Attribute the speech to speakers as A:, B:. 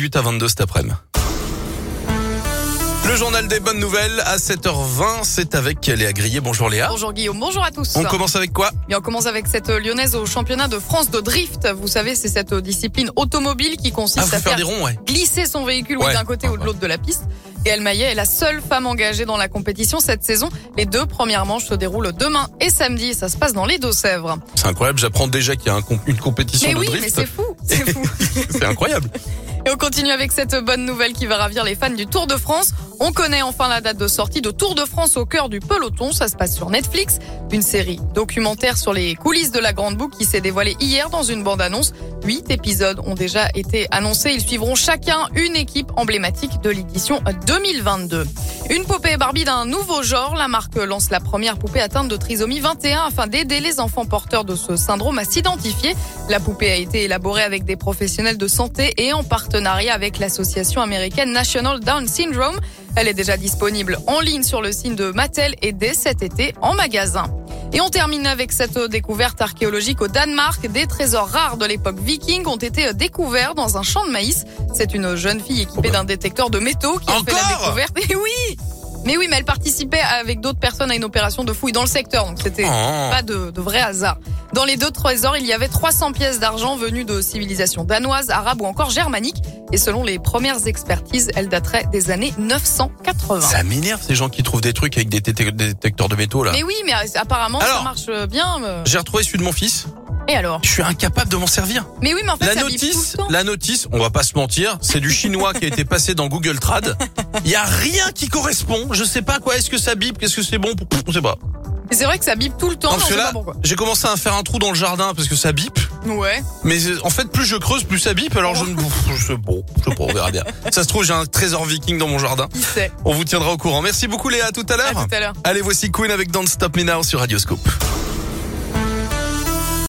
A: 18 à 22 cet après-midi. Le journal des bonnes nouvelles à 7h20, c'est avec Léa Grillet. Bonjour Léa.
B: Bonjour Guillaume, bonjour à tous.
A: Hein On commence avec quoi
B: Et on commence avec cette euh, lyonnaise au championnat de France de drift. Vous savez, c'est cette euh, discipline automobile qui
A: Ah,
B: consiste
A: faut
B: à
A: faire
B: faire
A: des ronds, ouais.
B: glisser son véhicule oui,
A: Ouais.
B: d'un côté ou de l'autre de la piste. Et Elle Maillet est la seule femme engagée dans la compétition cette saison. Les deux premières manches se déroulent demain et samedi. Ça se passe dans les Deux-Sèvres.
A: C'est incroyable, j'apprends déjà qu'il y a un comp- une compétition
B: Mais
A: de
B: oui, mais
A: drift.
B: c'est fou, c'est fou.
A: C'est incroyable.
B: Et on continue avec cette bonne nouvelle qui va ravir les fans du Tour de France. On connaît enfin la date de sortie de Tour de France au cœur du peloton. Ça se passe sur Netflix. Une série documentaire sur les coulisses de la Grande Boucle qui s'est dévoilée hier dans une bande-annonce. Huit épisodes ont déjà été annoncés. Ils suivront chacun une équipe emblématique de l'édition 2022. Une poupée Barbie d'un nouveau genre. La marque lance la première poupée atteinte de trisomie 21 afin d'aider les enfants porteurs de ce syndrome à s'identifier. La poupée a été élaborée avec des professionnels de santé et en partenariat avec l'association américaine National Down Syndrome. Elle est déjà disponible en ligne sur le site de Mattel et dès cet été en magasin. Et on termine avec cette découverte archéologique au Danemark. Des trésors rares de l'époque viking ont été découverts dans un champ de maïs. C'est une jeune fille équipée d'un détecteur de métaux qui a fait la
A: Encore
B: découverte. Et oui Mais oui, mais elle participait avec d'autres personnes à une opération de fouille dans le secteur. Donc c'était
A: Oh.
B: pas de, de vrai hasard. Dans les deux trésors, il y avait 300 pièces d'argent venues de civilisations danoises, arabes ou encore germaniques. Et selon les premières expertises, elles dateraient des années 980.
A: Ça m'énerve ces gens qui trouvent des trucs avec des détec- des détecteurs de métaux là.
B: Mais oui, mais apparemment
A: Alors.
B: ça marche bien. euh,
A: J'ai retrouvé celui de mon fils.
B: Et alors
A: Je suis incapable de m'en servir.
B: Mais oui, mais en fait,
A: La
B: Bah, ça bip tout
A: notice,
B: le temps.
A: la notice, on va pas se mentir, c'est du chinois qui a été passé dans Google Trad. Il y a rien qui correspond. Je sais pas quoi. Est-ce que ça bip Qu'est-ce que c'est bon pour- On sait pas.
B: Mais C'est vrai que ça bip tout le temps.
A: parce
B: mais on
A: que
B: sait
A: là,
B: pas pourquoi.
A: j'ai commencé à faire un trou dans le jardin parce que ça bip.
B: Ouais.
A: Mais euh, en fait, plus je creuse, plus ça bip. Alors je ne je sais- bon, je sais pas, on verra bien. Ça se trouve, j'ai un trésor viking dans mon jardin.
B: Qui sait
A: On vous tiendra au courant. Merci beaucoup Léa. À tout à
B: À
A: l'heure.
B: tout à l'heure.
A: Allez, voici Queen avec Don't Stop Me Now sur Radio Scoop.